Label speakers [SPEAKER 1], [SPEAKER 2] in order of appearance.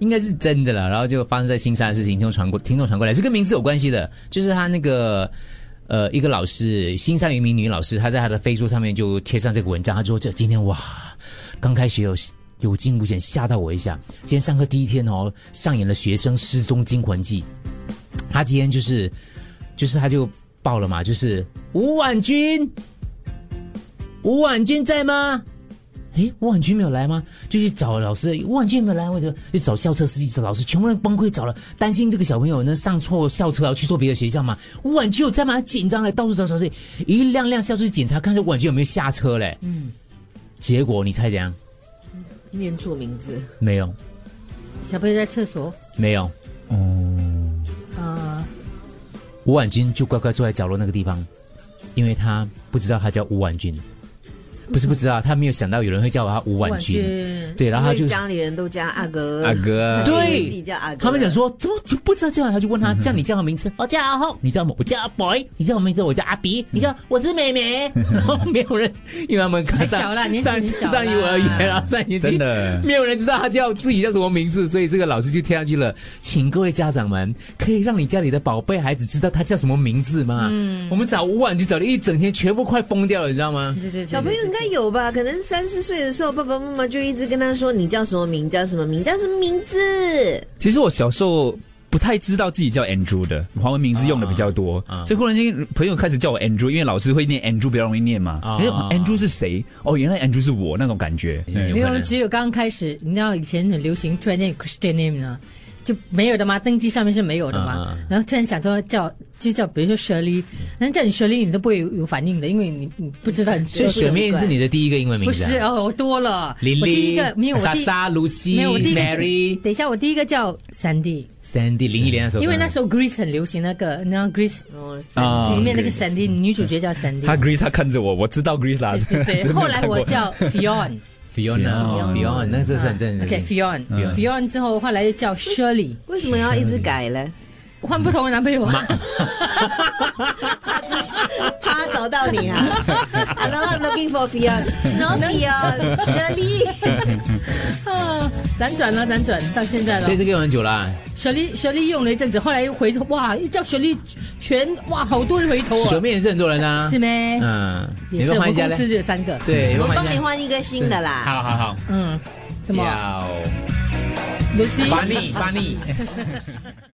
[SPEAKER 1] 应该是真的了。然后就发生在新山的事情，听众传过，听众传过来是跟名字有关系的，就是他那个。呃，一个老师，新山有一名女老师，她在她的 Facebook 上面就贴上这个文章，她说：“这今天哇，刚开学有有惊无险，吓到我一下。今天上课第一天哦，上演了学生失踪惊魂记。她今天就是，就是她就报了嘛，就是吴婉君，吴婉君在吗？”诶，吴婉哎君没有来吗？就去找老师，吴婉君有没有来？我就去找校车司机、找老师，全部人崩溃找了，担心这个小朋友呢上错校车，然后去错别的学校嘛。吴婉君有在吗？紧张了，到处找找找，一辆辆校车去检查，看这吴婉君有没有下车嘞。嗯，结果你猜怎样？
[SPEAKER 2] 念错名字，
[SPEAKER 1] 没有，
[SPEAKER 3] 小朋友在厕所，
[SPEAKER 1] 没有。
[SPEAKER 3] 呃，
[SPEAKER 1] 吴婉君就乖乖坐在角落那个地方，因为她不知道她叫吴婉君，不是不知道，她没有想到有人会叫她吴婉君。
[SPEAKER 3] 君，
[SPEAKER 1] 对，然后她
[SPEAKER 2] 因为
[SPEAKER 1] 就
[SPEAKER 2] 家里人都叫阿
[SPEAKER 3] 嗯
[SPEAKER 2] 哥，
[SPEAKER 4] 阿哥，
[SPEAKER 2] 自己
[SPEAKER 1] 对，
[SPEAKER 2] 叫阿哥。
[SPEAKER 1] 他们讲说怎么就不知道叫，他就问他叫你叫什么名字？我叫阿浩，你叫吗？我叫阿 boy，你叫什么名字？我叫阿比，你叫我是妹 妹。然后没有人，因为他们刚上
[SPEAKER 3] 小啦年纪
[SPEAKER 1] 上
[SPEAKER 3] 很小啦
[SPEAKER 1] 上幼儿园然后上年纪
[SPEAKER 4] 真的
[SPEAKER 1] 没有人知道他叫自己叫什么名字，所以这个老师就贴上去了。请各位家长们，可以让你家里的宝贝孩子知道他叫什么名字吗？嗯，我们找五晚就找了一整天，全部快疯掉了，你知道吗？
[SPEAKER 3] 对对对，
[SPEAKER 2] 小朋友应该有吧？可能三四岁的时候，爸爸妈妈就一直跟他说：“你叫什么名？叫什么名？叫什么名字
[SPEAKER 4] 其实我小时候不太知道自己叫 Andrew 的，华文名字用的比较多，
[SPEAKER 1] 啊
[SPEAKER 4] 所以忽然间朋友开始叫我 Andrew，因为老师会念 Andrew 比较容易念嘛。
[SPEAKER 1] 啊
[SPEAKER 4] 哎、
[SPEAKER 1] 啊
[SPEAKER 4] Andrew 是谁？哦，原来 Andrew 是我那种感觉。
[SPEAKER 1] 嗯
[SPEAKER 4] 对
[SPEAKER 3] 没
[SPEAKER 1] 有可
[SPEAKER 3] 有，
[SPEAKER 1] 能
[SPEAKER 3] 只有刚开始，你知道以前很流行突然间有 Christian name 呢，就没有的嘛，登记上面是没有的嘛。
[SPEAKER 1] 嗯嗯
[SPEAKER 3] 然后突然想说叫就叫，比如说 Shirley，人家叫你 Shirley 你都不会有有反应的，因为你你不知道你
[SPEAKER 1] 所以
[SPEAKER 3] 是
[SPEAKER 1] 雪妹是你的第一个英文名
[SPEAKER 3] 不
[SPEAKER 1] 字、啊，
[SPEAKER 3] 是哦，我多了，
[SPEAKER 1] 琳
[SPEAKER 3] 我第一
[SPEAKER 1] 琳
[SPEAKER 3] 个没有，我
[SPEAKER 1] 莎
[SPEAKER 3] 第一
[SPEAKER 1] 莎、露西、
[SPEAKER 3] 没有我第一个
[SPEAKER 1] Mary、
[SPEAKER 3] 等一下，我第一个叫 Sandy，
[SPEAKER 1] Sandy 零一年的时候，
[SPEAKER 3] 因为那时候 Greece 很流行那个，你知道 Greece？”
[SPEAKER 2] 哦，
[SPEAKER 4] 啊
[SPEAKER 3] 里面那个 Sandy 女主角叫 Sandy，
[SPEAKER 4] 他 Grace，他看着我，我知道 Grace 啦。
[SPEAKER 3] 对对
[SPEAKER 4] 真
[SPEAKER 3] 对，
[SPEAKER 4] 的没有
[SPEAKER 3] 后来
[SPEAKER 4] 看过
[SPEAKER 3] 我叫 Fiona。
[SPEAKER 1] Fiona Fiona 那时候是很正的。
[SPEAKER 3] OK Fion
[SPEAKER 1] 嗯
[SPEAKER 3] Fion 之后，后来又叫 Shirley，
[SPEAKER 2] 为什么要一直改嘞？
[SPEAKER 3] 换不同的男朋友啊。
[SPEAKER 2] 他找到你啊！Hello, I'm looking for Fiona. No Fiona,
[SPEAKER 1] 哎
[SPEAKER 2] Shirley.
[SPEAKER 3] 啊辗转了，辗转到现在了
[SPEAKER 1] 所以。这个用很久啦、
[SPEAKER 3] Shirley Shirley 用了一阵子，后来又回头，哇，一叫 Shirley，全哇好多人回头
[SPEAKER 1] 雪
[SPEAKER 3] 啊，
[SPEAKER 1] 妹也是很多人啊，
[SPEAKER 3] 是咩？
[SPEAKER 1] 嗯，
[SPEAKER 3] 也
[SPEAKER 1] 你
[SPEAKER 3] 是
[SPEAKER 1] 们
[SPEAKER 3] 我
[SPEAKER 1] 换
[SPEAKER 3] 们
[SPEAKER 1] 一家
[SPEAKER 3] 公
[SPEAKER 1] 嘞
[SPEAKER 3] 司，只有三个。
[SPEAKER 1] 对，你
[SPEAKER 2] 我
[SPEAKER 1] 们换
[SPEAKER 2] 帮
[SPEAKER 1] 一
[SPEAKER 2] 你
[SPEAKER 1] 家。
[SPEAKER 2] 换一个新的啦。
[SPEAKER 1] 好好好，啊
[SPEAKER 3] 嗯，什么
[SPEAKER 1] 叫
[SPEAKER 3] ？Lucy。
[SPEAKER 1] 巴尼巴尼。